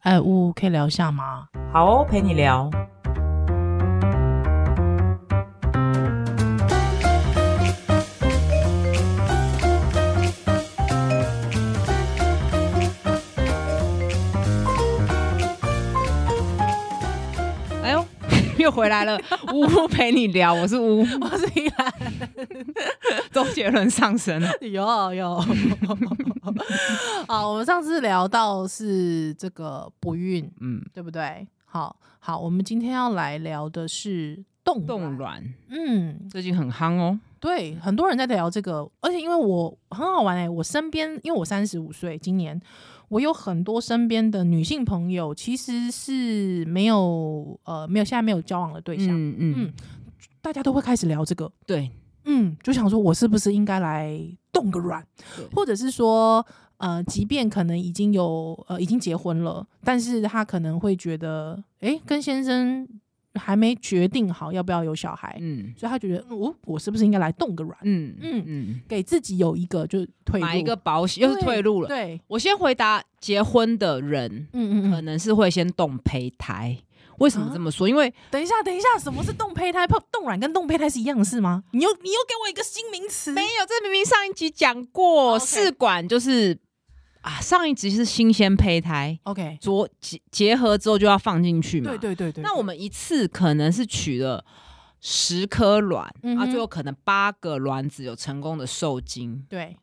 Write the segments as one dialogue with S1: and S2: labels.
S1: 哎，呜，可以聊一下 吗？
S2: 好哦，陪你聊。
S3: 哎呦， 又回来了，呜呜陪你聊，我是呜，
S1: 我是依兰，
S3: 周杰伦上身了。
S1: 有有。 好，我们上次聊到是这个不孕，
S3: 嗯，
S1: 对不对？好好，我们今天要来聊的是冻
S3: 冻。卵
S1: 嗯，
S3: 最近很夯哦，
S1: 对，很多人在聊这个，而且因为我很好玩哎、我身边因为我三十五岁，今年我有很多身边的女性朋友其实是没有呃没有现在没有交往的对象，
S3: 嗯嗯
S1: 嗯大家都会开始聊这个，
S3: 对，
S1: 嗯，就想说我是不是应该来冻个卵
S3: 对，
S1: 或者是说，呃，即便可能已经有呃已经结婚了，但是他可能会觉得，诶，跟先生还没决定好要不要有小孩，
S3: 嗯
S1: 所以他觉得，嗯我、我是不是应该来冻个卵，
S3: 嗯
S1: 嗯
S3: 嗯嗯，
S1: 给自己有一个就是退路，
S3: 买一个保险又是退路了。
S1: 对，
S3: 我先回答结婚的人，
S1: 嗯嗯
S3: 可
S1: 嗯，
S3: 能是会先动胚胎。为什么这么说？因为
S1: 等一下，等一下，什么是冻胚胎？不冻卵跟冻胚胎是一样的事吗？你又你又给我一个新名词，
S3: 没有，这明明上一集讲过，
S1: OK
S3: 试管就是啊，上一集是新鲜胚胎，
S1: ，OK，
S3: 着结结合之后就要放进去嘛。
S1: 对对对对，
S3: 那我们一次可能是取了十颗卵，
S1: 嗯
S3: 啊，
S1: 哼
S3: 最后可能八个卵子有成功的受精，
S1: 对，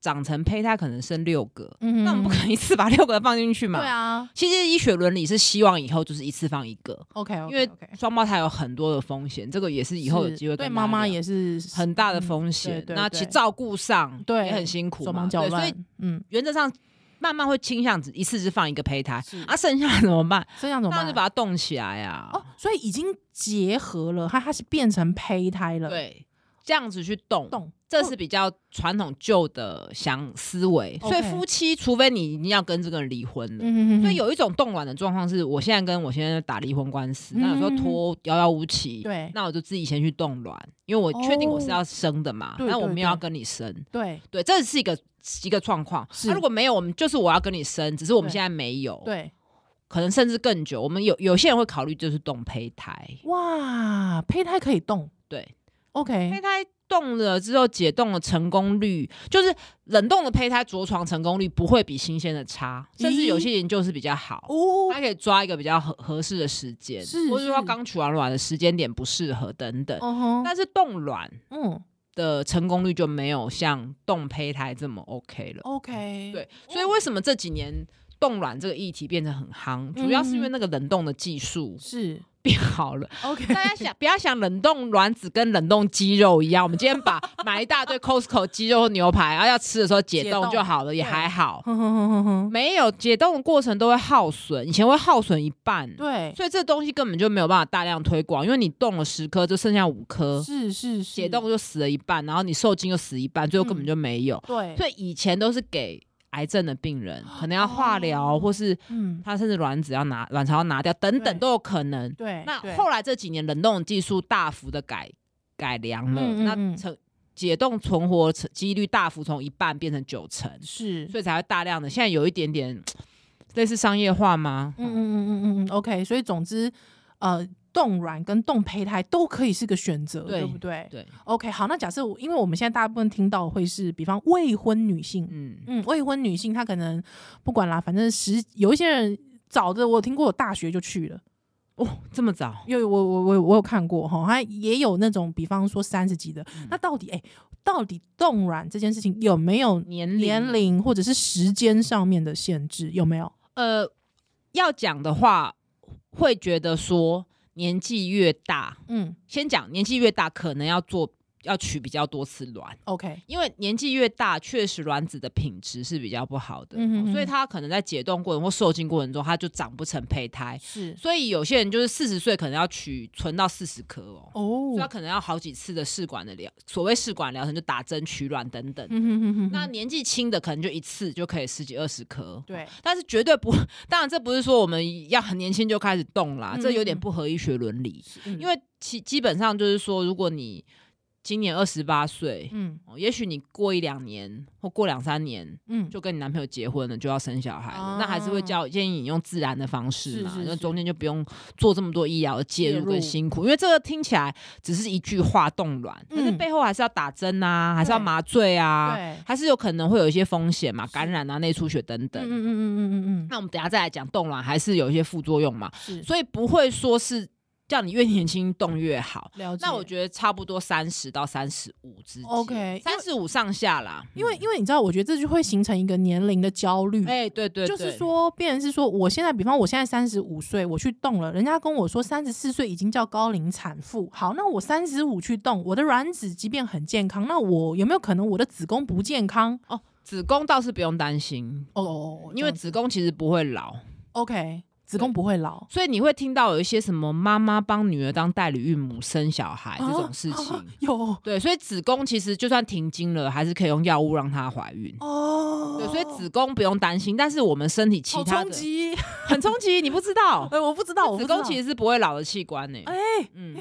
S3: 长成胚胎可能生六个，
S1: 嗯哼
S3: 那我们不可能一次把六个放进去嘛？
S1: 对。啊
S3: 其实医学伦理是希望以后就是一次放一个，
S1: ，OK，
S3: 因为
S1: o k
S3: 双胞胎有很多的风险，这个也是以后有
S1: 是
S3: 机会
S1: 对
S3: 跟
S1: 妈
S3: 大家
S1: 妈
S3: 聊
S1: 也是
S3: 很大的风
S1: 嗯
S3: 险
S1: 对。对
S3: 那其实
S1: 对
S3: 照顾上
S1: 对
S3: 也很辛苦
S1: 手
S3: 嘛，
S1: 忙脚
S3: 对所
S1: 乱
S3: 以，
S1: 嗯，
S3: 原则上慢慢会倾向只一次只放一个胚胎
S1: 是，
S3: 啊，剩下的怎么办？
S1: 这样怎么
S3: 那
S1: 办？
S3: 就把它冻起来啊。
S1: 哦，所以已经结合了，它它是变成胚胎了，，
S3: 对，这样子去动，
S1: 动
S3: 这是比较传统旧的想思维。
S1: OK
S3: 所以夫妻，除非你一定要跟这个人离婚了。
S1: 嗯嗯
S3: 所以有一种冻卵的状况是，我现在跟我先生打离婚官司，
S1: 嗯
S3: 那有时候拖遥遥无期，
S1: 对
S3: 那我就自己先去冻卵，因为我确定我是要生的嘛，
S1: 哦对
S3: 那我
S1: 对
S3: 没有要
S1: 对
S3: 跟你生，
S1: 对
S3: 对，这是一个一个状况。
S1: 是
S3: 那、如果没有，我们就是我要跟你生，只是我们
S1: 对
S3: 现在没有，，
S1: 对，
S3: 可能甚至更久。我们有有些人会考虑就是冻胚胎，
S1: 哇，胚胎可以动
S3: 对，胚
S1: ，OK，
S3: 胎冻了之后解冻的成功率，就是冷冻的胚胎着床成功率不会比新鲜的差，
S1: 咦
S3: 甚至有些研究是比较好，
S1: 哦
S3: 它可以抓一个比较合合适的时间，
S1: 是
S3: 或者说
S1: 是
S3: 刚取完卵的时间点不适合等等。
S1: 嗯哼，
S3: 但是冻卵
S1: 嗯
S3: 的成功率就没有像冻胚胎这么 OK
S1: 哦
S3: 了，
S1: ，OK，
S3: 对，所以为什么这几年？冻卵这个议题变得很夯，主要是因为那个冷冻的技术
S1: 是
S3: 变好了，
S1: OK，
S3: 大家 想不要想冷冻卵子跟冷冻鸡肉一样，我们今天把买一大堆 Costco 鸡肉或牛排，然啊后要吃的时候解冻就好了，也还好。
S1: 哼哼哼哼哼，
S3: 没有解冻的过程都会耗损，以前会耗损一半，
S1: 对，
S3: 所以这东西根本就没有办法大量推广，因为你冻了十颗，就剩下五颗，
S1: 是是是，
S3: 解冻就死了一半，然后你受精又死一半，最后根
S1: 嗯
S3: 本就没有。
S1: 对，
S3: 所以以前都是给癌症的病人，可能要化疗，
S1: 哦
S3: 或是
S1: 嗯，
S3: 他甚至卵子要拿卵巢要拿掉等等
S1: 对
S3: 都有可能。
S1: 对，
S3: 那
S1: 对
S3: 后来这几年冷冻技术大幅的改改良了，
S1: 嗯嗯嗯
S3: 那成解冻存活成几率大幅从一半变成九成，
S1: 是，
S3: 所以才会大量的现在有一点点嘖类似商业化吗？
S1: 嗯嗯嗯嗯嗯嗯，OK，所以总之，呃，冻卵跟冻胚胎都可以是个选择，
S3: 对
S1: 对不对？
S3: 对，
S1: OK，好，那假设我，因为我们现在大部分听到会是，比方未婚女性，
S3: 嗯，
S1: 嗯，未婚女性她可能不管啦，反正十有一些人早的，我有听过，我大学就去了，
S3: 哦，这么早，
S1: 因为我我我我有看过哈，还也有那种比方说三十几的，
S3: 嗯
S1: 那到底哎、到底冻卵这件事情有没有
S3: 年龄
S1: 年龄或者是时间上面的限制？有没有？
S3: 呃，要讲的话，会觉得说年纪越大，
S1: 嗯
S3: 先讲年纪越大，可能要做要取比较多次卵。
S1: ，OK，
S3: 因为年纪越大，确实卵子的品质是比较不好的，哦
S1: 嗯哼哼
S3: 所以它可能在解冻过程或受精过程中，它就长不成胚胎。
S1: 是
S3: 所以有些人就是四十岁可能要取存到四十颗哦，
S1: 哦
S3: 所以他，可能要好几次的试管的疗，所谓试管疗程就打针取卵等等。
S1: 嗯哼哼哼哼，
S3: 那年纪轻的可能就一次就可以十几二十颗，
S1: 对
S3: 但是绝对不， 当然这不是说我们要很年轻就开始动啦，
S1: 嗯
S3: 这有
S1: 嗯
S3: 点不合医学伦理。
S1: 因
S3: 因为其基本上就是说，如果你今年二十八岁，
S1: 嗯
S3: 哦也许你过一两年或过两三年
S1: 嗯，
S3: 就跟你男朋友结婚了，就要生小孩了，
S1: 哦
S3: 那还是会教建议你用自然的方式嘛，
S1: 是是
S3: 那
S1: 是
S3: 中间就不用做这么多医疗的介
S1: 介
S3: 入
S1: 入
S3: 跟辛苦，因为这个听起来只是一句话冻卵，但是
S1: 嗯
S3: 背后还是要打针啊，还是要
S1: 对
S3: 麻醉啊，
S1: 对，
S3: 还是有可能会有一些风险嘛，
S1: 是
S3: 感染啊、内出血等
S1: 嗯
S3: 等。
S1: 嗯嗯嗯嗯嗯
S3: 那我们等一下再来讲冻卵，还是有一些副作用嘛，
S1: 嗯，是
S3: 所以不会说是叫你越年轻动越好。
S1: 了解。
S3: 那我觉得差不多三十到三十五之间
S1: OK，因
S3: 三
S1: 为
S3: 十五上下啦。嗯
S1: 因为因为你知道，我觉得这就会形成一个年龄的焦虑。
S3: 哎、对对对，
S1: 就是说，变成是说，我现在，比方我现在三十五岁，我去动了，人家跟我说三十四岁已经叫高龄产妇。好，那我三十五去动，我的卵子即便很健康，那我有没有可能我的子宫不健康？
S3: 哦，子宫倒是不用担心，
S1: 哦哦，哦
S3: 因为
S1: 这样
S3: 子宫其实不会老，
S1: OK，子宫不会老，
S3: 所以你会听到有一些什么妈妈帮女儿当代理孕母生小孩这种事情。
S1: 啊啊有
S3: 对，所以子宫其实就算停经了，还是可以用药物让她怀孕。
S1: 哦，
S3: 对，所以子宫不用担心，但是我们身体其
S1: 好
S3: 他
S1: 冲
S3: 的
S1: 击，
S3: 很冲击，你不知 道，
S1: 哎，我不知道，我
S3: 子
S1: 不
S3: 宫
S1: 知
S3: 其
S1: 道
S3: 实是不会老的器官呢、
S1: 哎，
S3: 嗯，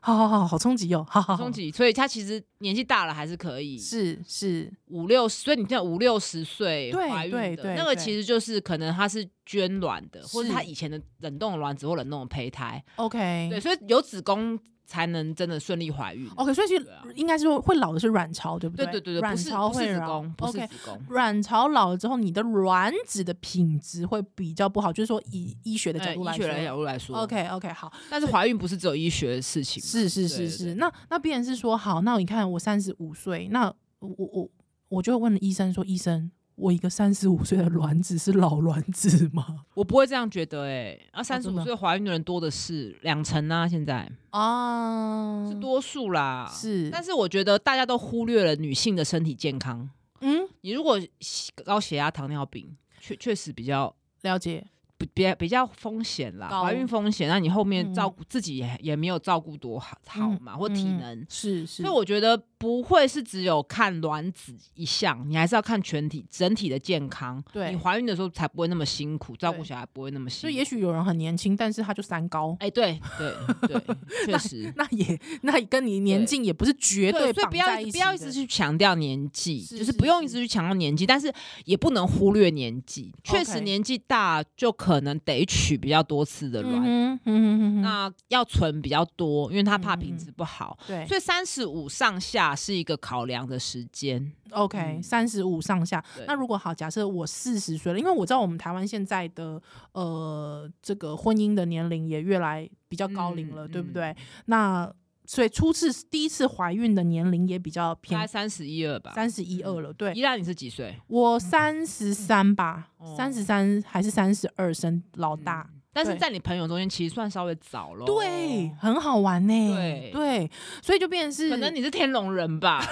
S1: 好好好，好冲击哦，好好好
S3: 冲，击，所以她其实年纪大了还是可以
S1: 是是，
S3: 五六十，所以你看五六十岁
S1: 对
S3: 怀孕
S1: 对
S3: 的
S1: 对
S3: 那个，
S1: 对
S3: 其实就是可能她是捐卵的，或者
S1: 是
S3: 她以前的冷冻的卵子或冷冻的胚胎，对，
S1: OK
S3: 所以有子宫才能真的顺利怀孕。
S1: 哎 OK，所以其实
S3: 对啊
S1: 应该是说会老的是卵巢，对不
S3: 对
S1: 对
S3: 对对对，
S1: 卵
S3: 不是
S1: 巢
S3: 不
S1: 会
S3: 是子
S1: 老
S3: 宫，不是
S1: OK。
S3: 子宫。
S1: 卵巢老了之后，你的卵子的品质会比较不好，就是说以医学的角
S3: 呃
S1: 度来
S3: 医
S1: 说。
S3: 学的角度来说
S1: OK OK，好，
S3: 但是怀孕不是只有医学的事情嘛，
S1: 是是
S3: 对
S1: 是是，
S3: 对
S1: 那那必然是说好，那你看我三十五岁，那我我我我就会问医生说，医生，我一个三十五岁的卵子是老卵子吗？
S3: 我不会这样觉得哎。啊，三十
S1: 哦真
S3: 五
S1: 的
S3: 岁怀孕的人多的是，两成啊，现在
S1: 啊，
S3: 哦是多数啦。，
S1: 是，
S3: 但是我觉得大家都忽略了女性的身体健康。
S1: 嗯，
S3: 你如果血高血压、糖尿病，确确实比较
S1: 了解，
S3: 比比较比较风险啦，
S1: 高
S3: 怀孕风险，那你后面
S1: 嗯
S3: 照顾、自己也也没有照顾多好好嘛，
S1: 嗯
S3: 或体
S1: 嗯
S3: 能。
S1: 是是，
S3: 所以我觉得不会是只有看卵子一项，你还是要看全体整体的健康。
S1: 对
S3: 你怀孕的时候才不会那么辛苦，照顾
S1: 对
S3: 小孩不会那么辛
S1: 就
S3: 苦。
S1: 也许有人很年轻，但是他就三高，
S3: 哎、对对对， 确实。
S1: 那也那跟你年
S3: 对
S1: 纪也不是绝对
S3: 所以
S1: 绑
S3: 不要
S1: 在
S3: 一
S1: 一
S3: 直
S1: 起
S3: 不要一直
S1: 的
S3: 去强调年纪，
S1: 是
S3: 就是
S1: 是
S3: 不用一
S1: 是
S3: 直去强调年纪，但是也不能忽略年纪。确实
S1: OK
S3: 年纪大就可能得取比较多次的卵，
S1: 嗯哼嗯哼嗯哼
S3: 那要存比较多，因为它怕
S1: 嗯
S3: 品
S1: 嗯
S3: 质不好。
S1: 对，
S3: 所以三十五上下是一个考量的时间，
S1: OK，
S3: 嗯
S1: 三十五上下
S3: 对。
S1: 那如果好，假设我四十岁了，因为我知道我们台湾现在的呃这个婚姻的年龄也越来比较高龄了，
S3: 嗯
S1: 对不
S3: 嗯
S1: 对？那所以初次第一次怀孕的年龄也比较
S3: 大概
S1: 偏
S3: 三十一二吧。嗯
S1: 三十一二了。对
S3: 依然你是几岁？
S1: 我三十三吧
S3: 哦，嗯
S1: 三十三还是三十二生老大，
S3: 但是
S1: 对
S3: 在你朋友中间，其实算稍微早咯。
S1: 对，很好玩呢、
S3: 哦对
S1: 对，所以就变成是
S3: 可能你是天龙人吧？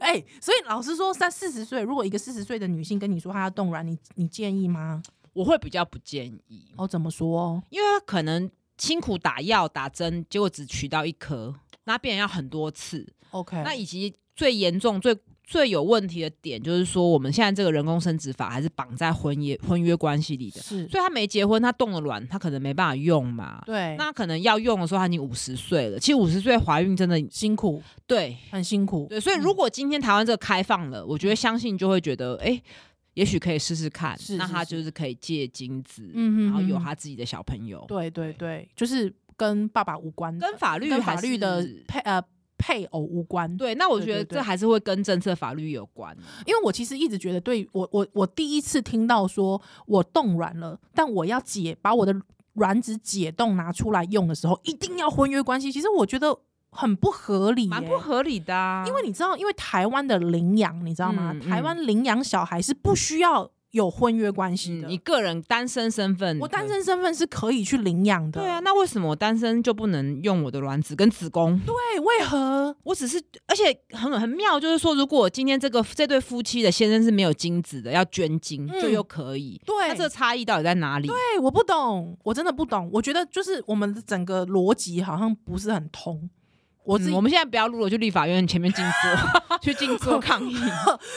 S1: 哎、所以老实说，三四十岁，如果一个四十岁的女性跟你说她要冻卵，你你建议吗？
S3: 我会比较不建议，
S1: 哦，怎么说？
S3: 因为可能辛苦打药打针，结果只取到一颗，那病人要很多次，
S1: OK，
S3: 那以及最严重、最最有问题的点，就是说我们现在这个人工生殖法还是绑在婚约婚约关系里的，
S1: 是
S3: 所以他没结婚，他冻了卵，他可能没办法用嘛。
S1: 对，
S3: 那可能要用的时候，他已经五十岁了。其实五十岁怀孕真的
S1: 辛苦，
S3: 对
S1: 很辛苦。
S3: 对，所以如果今天台湾这个开放了，我觉得相信就会觉得，哎、也许可以试试看。
S1: 是
S3: 那
S1: 是
S3: 他
S1: 是
S3: 就是可以借精子，
S1: 嗯
S3: 然后有
S1: 嗯嗯
S3: 他自己的小朋友，
S1: 对对对，就是跟爸爸无关的，
S3: 跟法律
S1: 跟
S3: 还
S1: 法律的
S3: 是
S1: 配呃配偶无关。
S3: 对。那我
S1: 对
S3: 觉
S1: 对
S3: 得
S1: 对
S3: 这还是会跟政策法律有关。啊
S1: 因为我其实一直觉得对，我我我第一次听到说我冻卵了，但我要解把我的卵子解冻拿出来用的时候，一定要婚约关系。其实我觉得很不合理、耶
S3: 蛮不合理的、啊，
S1: 因为你知道，因为台湾的领养，你知道吗？
S3: 嗯
S1: 台湾领养小孩是不需要有婚约关系的。
S3: 嗯你个人单身身份，
S1: 我单。身身份是可以去领养的，
S3: 对啊，，那为什么我单身就不能用我的卵子跟子宫？
S1: 对，为何？
S3: 我只是，而且很很妙，就是说，如果今天这个这对夫妻的先生是没有精子的，要捐精、
S1: 嗯
S3: 就又可以。
S1: 对，
S3: 那这个差异到底在哪里？
S1: 对，我不懂，我真的不懂。我觉得就是我们的整个逻辑好像不是很通。我
S3: 嗯
S1: 自己，
S3: 我们现在不要录了，去立法院前面静 坐，去静坐抗议。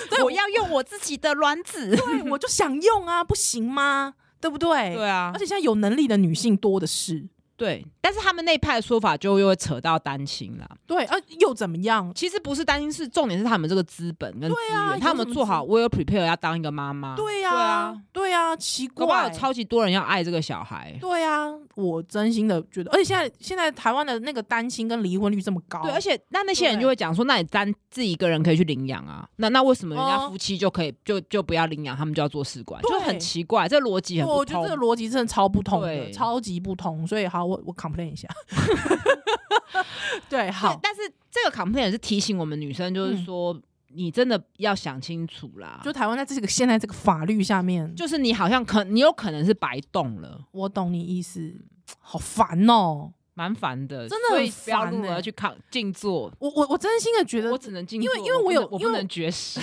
S1: 对
S3: 我要用我自己的卵子。
S1: 对，我就想用啊，不行吗？对不对？
S3: 对啊
S1: 而且，现在有能力的女性多的是，
S3: 对，但是他们那一派的说法就又会扯到担心啦。
S1: 对啊，又怎么样？
S3: 其实不是担心，是重点是他们这个资本跟资
S1: 对
S3: 源，
S1: 啊有
S3: 他们
S1: 什么
S3: 做
S1: 资
S3: 好 well prepare 要当一个妈妈。
S1: 对
S3: 对啊
S1: 呀，对呀，奇
S3: 搞不好
S1: 怪
S3: 有，超级多人要爱这个小孩。
S1: 对啊，我真心的觉得，而且现在现在台湾的那个单亲跟离婚率这么高，
S3: 哦对，而且那那些人
S1: 对
S3: 就会讲说，那你单自己一个人可以去领养啊，那那为什么人家
S1: 哦
S3: 夫妻就可以、就就不要领养，他们就要做试管，就
S1: 对
S3: 很奇怪，这逻辑很
S1: 我
S3: 不
S1: 觉得这个
S3: 通。
S1: 逻辑真的超不通的
S3: 对，
S1: 超级不通。所以好，我我 complain 一 下。对，
S3: 对
S1: 好，
S3: 但是这个 complaint 也是提醒我们女生，就是说、你真的要想清楚啦，
S1: 就台湾在这个现在这个法律下面，就
S3: 就是你好像可你有可能是白动了，
S1: 我懂你意思，
S3: 嗯
S1: 好烦哦、
S3: 蛮烦的，
S1: 真的
S3: 所
S1: 很
S3: 以不要
S1: 烦
S3: 入
S1: 欸
S3: 而去抗静坐。
S1: 我我我真心的觉得
S3: 我，只能静
S1: 因
S3: 坐，
S1: 为因为
S3: 我不
S1: 我有
S3: 能我
S1: 因
S3: 不
S1: 为
S3: 能绝 食，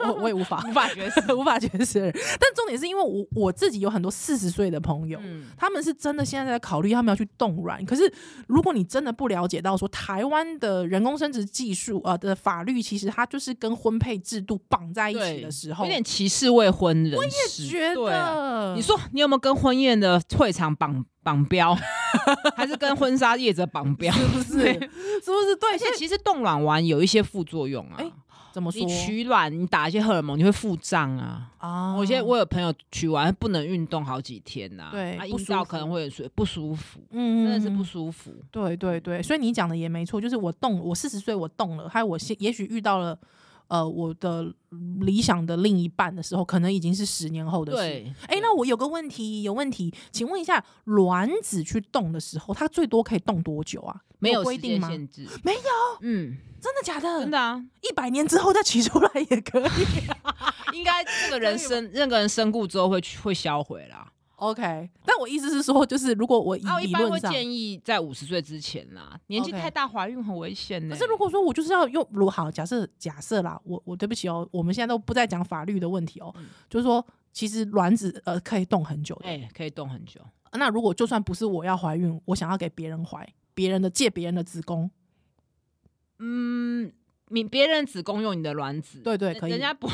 S1: 我我也 无法
S3: 无 法绝食。
S1: 无法解释。但重点是因为我我自己有很多四十岁的朋友。
S3: 嗯，
S1: 他们是真的现在在考虑他们要去冻卵，可是如果你真的不了解到说台湾的人工生殖技术呃的法律，其实它就是跟婚配制度绑在一起
S3: 对
S1: 的时候，
S3: 有点歧视未婚人士，
S1: 觉
S3: 对啊
S1: 得
S3: 你说你有没有跟婚宴的退场绑绑 标，还是跟婚纱业者绑标？
S1: 是不是？是不是对？
S3: 而且
S1: 所以
S3: 其实冻卵丸有一些副作用啊，
S1: 哎怎么说
S3: 你取卵你打一些荷尔蒙，你会腹胀啊。
S1: 啊？
S3: 我现在我有朋友取完不能运动好几天呐、啊，
S1: 对
S3: 啊，
S1: 不
S3: 阴
S1: 舒
S3: 道
S1: 服
S3: 可能会有水不舒服，
S1: 嗯
S3: 真的是不
S1: 嗯
S3: 舒服。
S1: 对对对，所以你讲的也没错，就是我动，我四十岁我动了，还有我现也许遇到了呃我的理想的另一半的时候，可能已经是十年后的事。
S3: 对，
S1: 哎，那我有个问题，有问题，请问一下，卵子去动的时候，它最多可以动多久啊？
S3: 没
S1: 有
S3: 有
S1: 规
S3: 时
S1: 定
S3: 间
S1: 吗？
S3: 限制，
S1: 没有，
S3: 嗯，
S1: 真的假的？
S3: 真的啊，
S1: 一百年之后再取出来也可以。
S3: 应 该这个人
S1: 可以吗
S3: 生那个人身故之后会去会销毁啦。
S1: OK，但我意思是说，就是如果我以
S3: 啊，我一
S1: 理
S3: 般
S1: 论
S3: 会
S1: 上，
S3: 建议在五十岁之前啦，年纪
S1: OK
S3: 太大怀孕很危险呢、
S1: 可是如果说我就是要用，如好假设假设啦，我我对不起哦，我们现在都不再讲法律的问题哦，
S3: 嗯
S1: 就是说其实卵子呃可以冻很久的。
S3: 哎、可以冻很久，
S1: 那如果就算不是我要怀孕，我想要给别人怀，别人的借别人的子宫，
S3: 嗯，你别人子宫用你的卵子，
S1: 对对
S3: 人
S1: 可以
S3: 人家不，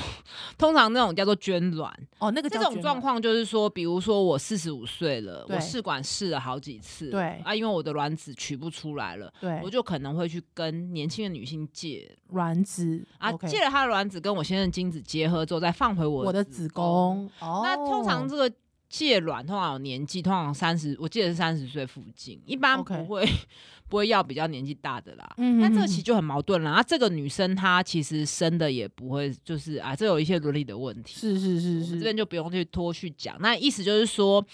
S3: 通常那种叫做捐卵，
S1: 哦，那个
S3: 这
S1: 叫
S3: 种
S1: 捐
S3: 状
S1: 卵
S3: 况就是说，比如说我四十五岁了，
S1: 对
S3: 我试管试了好几次，
S1: 对
S3: 啊，因为我的卵子取不出来了，我
S1: 对
S3: 就可能会去跟年轻的女性借
S1: 卵子
S3: 啊
S1: OK，
S3: 借了她的卵子跟我先生的精子结合之后，再放回我
S1: 我的子。宫哦，
S3: 那通常这个借卵通常有年纪，通常三十，我记得是三十岁附近，一般不
S1: OK
S3: 会 不会要比较年纪大的啦。
S1: 嗯
S3: 那这个其实
S1: 实
S3: 就很矛盾了。那、这个女生她其实生的也不会，就是啊，这有一些伦理的问题，
S1: 是是
S3: 我
S1: 是
S3: 们
S1: 是
S3: 这边就不用去拖去讲。那意思就是说，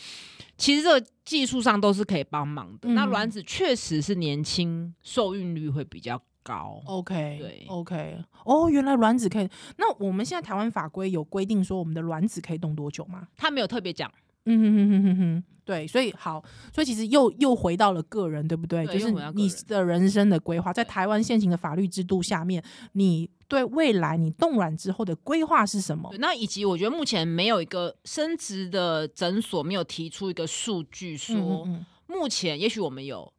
S3: 其实这个技术上都是可以帮忙的。那
S1: 嗯
S3: 卵子确实是年轻受孕率会比较高。
S1: OK，
S3: 对
S1: ，OK，哦，原来卵子可以。那我们现在台湾法规有规定说我们的卵子可以冻多久吗？
S3: 她没有特别讲，
S1: 嗯哼哼哼哼哼，对，所以好，所以其实又又回到了个人，对不对？
S3: 对
S1: 就
S3: 又
S1: 是
S3: 回到个
S1: 你
S3: 人
S1: 的人生的规划，在
S3: 对
S1: 台湾现行的法律制度下面，你对未来你冻卵之后的规划是什么
S3: 对，？那以及我觉得目前没有一个生殖的诊所没有提出一个数据说，
S1: 嗯嗯嗯
S3: 目前也许我们有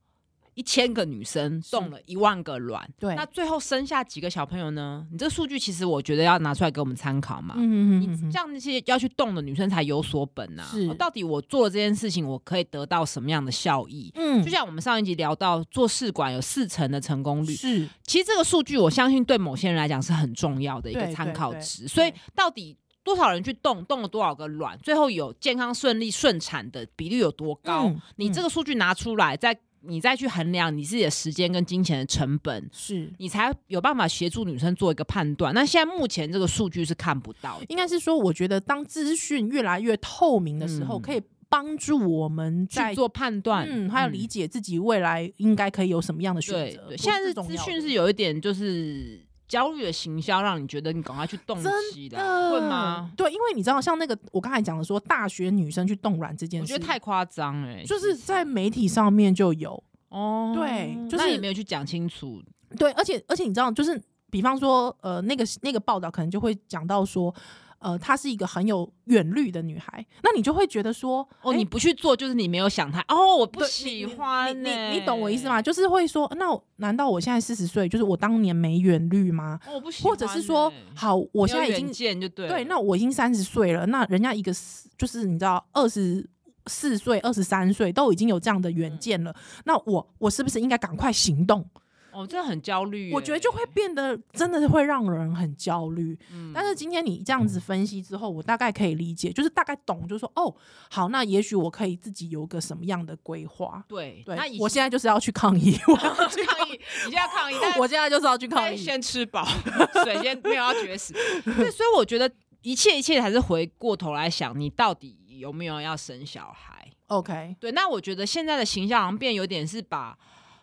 S3: 一千个女生
S1: 是
S3: 动了一万个卵，
S1: 对
S3: 那最后生下几个小朋友呢？你这个数据其实我觉得要拿出来给我们参考嘛。
S1: 嗯
S3: 你
S1: 嗯嗯
S3: 这样那些要去动的女生才有所本呐、啊
S1: 是
S3: 哦到底我做了这件事情，我可以得到什么样的效益？
S1: 嗯，
S3: 就像我们上一集聊到做试管有四成的成功率，
S1: 是
S3: 其实这个数据，我相信对某些人来讲是很重要的一个
S1: 对
S3: 参
S1: 对
S3: 考
S1: 对
S3: 值。
S1: 对
S3: 所以到底多少人去动，动了多少个卵，最后有健康顺利顺产的比率有多高？
S1: 嗯
S3: 你
S1: 嗯
S3: 这个数据拿出来，再你再去衡量你自己的时间跟金钱的成本。
S1: 是
S3: 你才有办法协助女生做一个判断。那现在目前这个数据是看不到的，
S1: 应该是说，我觉得当资讯越来越透明的时候，
S3: 嗯
S1: 可以帮助我们在
S3: 去做判断，
S1: 嗯，还有理
S3: 嗯
S1: 解自己未来应该可以有什么样的选
S3: 对
S1: 择。
S3: 对。
S1: 不
S3: 现在是
S1: 重
S3: 资
S1: 要
S3: 讯
S1: 的
S3: 是有一点就是焦虑的行销，让你觉得你赶快去动
S1: 真
S3: 机的，
S1: 的
S3: 会吗？？
S1: 嗯对，因为你知道，像那个我刚才讲的说，大学女生去冻卵这件
S3: 我
S1: 事，
S3: 觉得太夸张了欸，
S1: 就是
S3: 其实
S1: 在媒体上面就有
S3: 哦，
S1: 对就
S3: 那也
S1: 是
S3: 没有去讲清楚，
S1: 对，而且而且你知道，就是比方说，呃，那个那个报道可能就会讲到说，呃，她是一个很有远虑的女孩，那你就会觉得说，
S3: 哦，
S1: 诶
S3: 你不去做，就是你没有想他，哦，我不
S1: 哎对你
S3: 喜
S1: 你
S3: 欢
S1: 你
S3: 欸
S1: 你你懂我意思吗？？就是会说，那我难道我现在四十岁，就是我当年没远虑吗？
S3: 哦我不喜欢欸，
S1: 或者是说，好，我
S3: 我
S1: 现在已经
S3: 见就对了
S1: 对，那我已经三十岁了，那人家一个四就是你知道二十四岁、二十三岁都已经有这样的
S3: 嗯
S1: 远见了，那我我是不是应该赶快行动？
S3: 哦，真的很焦虑耶。
S1: 我觉得就会变得真的是会让人很焦虑。
S3: 嗯，
S1: 但
S3: 是
S1: 是今天你这样子分析之后，我大概可以理解，就是大概懂，就是说哦，好，那也许我可以自己有个什么样的规划。
S3: 对，
S1: 对
S3: 那以，
S1: 我现在就是要去抗 议，我要去
S3: 在 抗议，你现在抗议，但是
S1: 我现在就是要去抗
S3: 但
S1: 议
S3: 是。先吃饱， 水先没有要 绝食。对，所以我觉得一切一切还是回过头来想，你到底有没有要生小孩？
S1: OK，
S3: 对，那我觉得现在的形象好像变有点是把，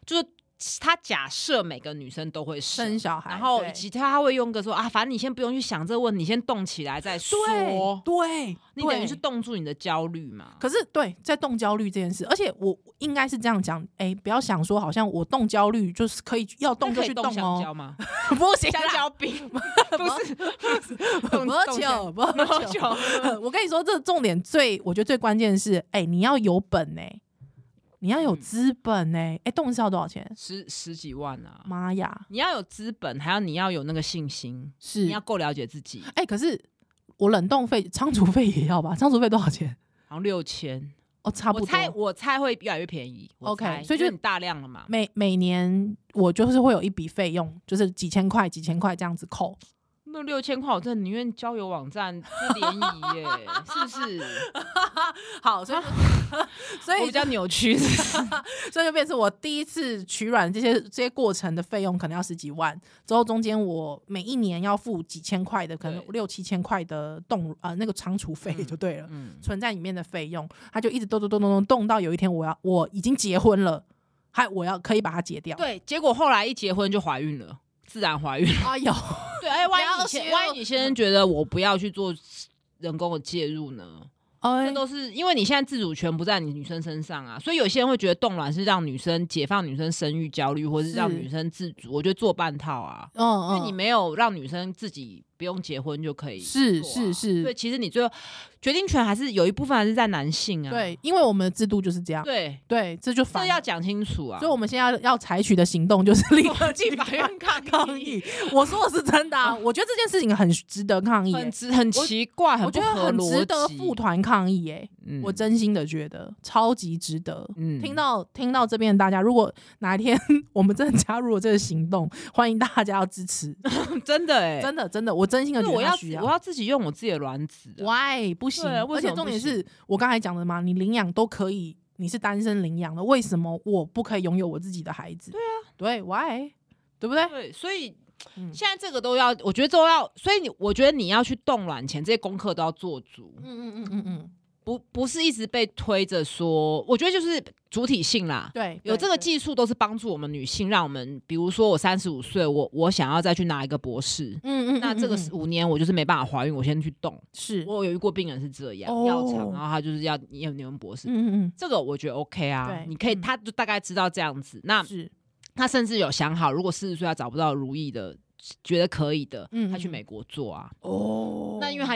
S3: 就是他假设每个女生都会
S1: 生小孩，
S3: 然后
S1: 对
S3: 以及他会用个说啊，反正你先不用去想这个问题，你先动起来再说。
S1: 对对，
S3: 你等于
S1: 对
S3: 是冻住你的焦虑嘛？
S1: 可是对，在动焦虑这件事，而且我应该是这样讲，哎、不要想说好像我动焦虑就是可以要动
S3: 那
S1: 就
S3: 可以
S1: 去
S3: 动香
S1: 哦，
S3: 蕉吗？
S1: 不 行啦，
S3: 香蕉 冰不是动
S1: 不
S3: 动香
S1: 久不
S3: 多
S1: 久。
S3: 久？
S1: 我跟你说，这重点最，我觉得最关键的是，哎、你要有本哎、你要有
S3: 嗯
S1: 资本哎、哎、动销多少钱？
S3: 十十几万啊！
S1: 妈呀，
S3: 你要有资本，还要你要有那个信心，
S1: 是
S3: 你要够了解自己。
S1: 哎、可是我冷冻费、仓储费也要吧？仓储费多少钱？
S3: 然后六千，
S1: 哦，差不
S3: 我猜
S1: 多。
S3: 我猜会越来越便宜。我
S1: OK，
S3: 猜
S1: 所以
S3: 因为
S1: 就
S3: 你大量了嘛。
S1: 每每年我就是会有一笔费用，就是几千块、几千块这样子扣。
S3: 那六千块，我真的宁愿交友网站就联 谊耶，是不 是？
S1: 好， 所以 所
S3: 我
S1: 以
S3: 比较扭曲，是 不是
S1: 所以就变成我第一次取卵这些这些过程的费用可能要十几万，之后中间我每一年要付几千块的，可能
S3: 对
S1: 六七千块的动啊、呃、那个仓储费
S3: 嗯
S1: 就对了，
S3: 嗯，
S1: 存在里面的费用，它就一直动动动动动动到有一天我要我已经结婚了，还我要可以把它结掉。，
S3: 对。结果后来一结婚就怀孕了，自然怀孕了。
S1: 哎呦，
S3: 对，哎，万一
S1: 要
S3: 你先，
S1: 求
S3: 万一你先生觉得我不要去做人工的介入呢？这
S1: 哎，
S3: 都是因为你现在自主权不在你女生身上啊，所以有些人会觉得冻卵是让女生解放女生生育焦虑，或是让
S1: 是
S3: 女生自主。我觉得做半套啊，
S1: 嗯
S3: 因为你
S1: 嗯，
S3: 没有让女生自己不用结婚就可以、
S1: 是是
S3: 啊对，
S1: 是，
S3: 其实你最后决定权还是有一部分还是在男性啊。啊
S1: 对，因为我们的制度就是这样，
S3: 对，
S1: 对，这就
S3: 这
S1: 反
S3: 要。讲清楚啊。
S1: 所以，我们现在要要采取的行动就是立刻
S3: 们进法院抗
S1: 抗
S3: 议，
S1: 议。 我说的是真的、啊，我觉得这件事情很值得抗议、
S3: 很
S1: 欸，
S3: 奇很奇怪，很
S1: 我
S3: 不
S1: 觉得
S3: 合
S1: 很
S3: 逻辑。
S1: 值得复团抗议、欸，
S3: 嗯
S1: 我真心的觉得超级值得。
S3: 嗯
S1: 听到听到这边的大家，如果哪一天 我们真的加入了这个行动，欢迎大家要支持，
S3: 真的哎、
S1: 真的真的，我真心的
S3: 因
S1: 觉
S3: 为
S1: 得
S3: 我要
S1: 它
S3: 自
S1: 需
S3: 我要自己用我自己的卵子啊、
S1: Why 不行？
S3: 对为
S1: 而
S3: 什
S1: 且
S3: 么
S1: 重
S3: 不
S1: 点
S3: 行
S1: 是我刚才讲的嘛，你领养都可以，你是单身领养的，为什么我不可以拥有我自己的孩子？对啊，对，Why？对不对？
S3: 对，所以
S1: 嗯
S3: 现在这个都要，我觉得都要，所以你，我觉得你要去冻卵前这些功课都要做足，
S1: 嗯嗯嗯嗯嗯，
S3: 不不是一直被推着说，我觉得就是主体性啦。
S1: 对，
S3: 有
S1: 对
S3: 这个
S1: 对
S3: 技术都是帮助我们女性，让我们，比如说我三十五岁，我我想要再去拿一个博士，
S1: 嗯嗯，
S3: 那
S1: 嗯
S3: 这个
S1: 嗯
S3: 是五年我就是没办法怀孕，我先去动。
S1: 是，
S3: 我有遇过病人是这样，
S1: 哦
S3: 药厂，然后他就是要你有你们博士，
S1: 嗯嗯
S3: 这个我觉得 OK 啊
S1: 对，
S3: 你可以，
S1: 嗯
S3: 他就大概知道这样子。那
S1: 嗯，是
S3: 他甚至有想好，如果四十岁他找不到如意的，觉得可以的，
S1: 嗯
S3: 他去
S1: 嗯
S3: 美国做啊。
S1: 哦
S3: 那因为他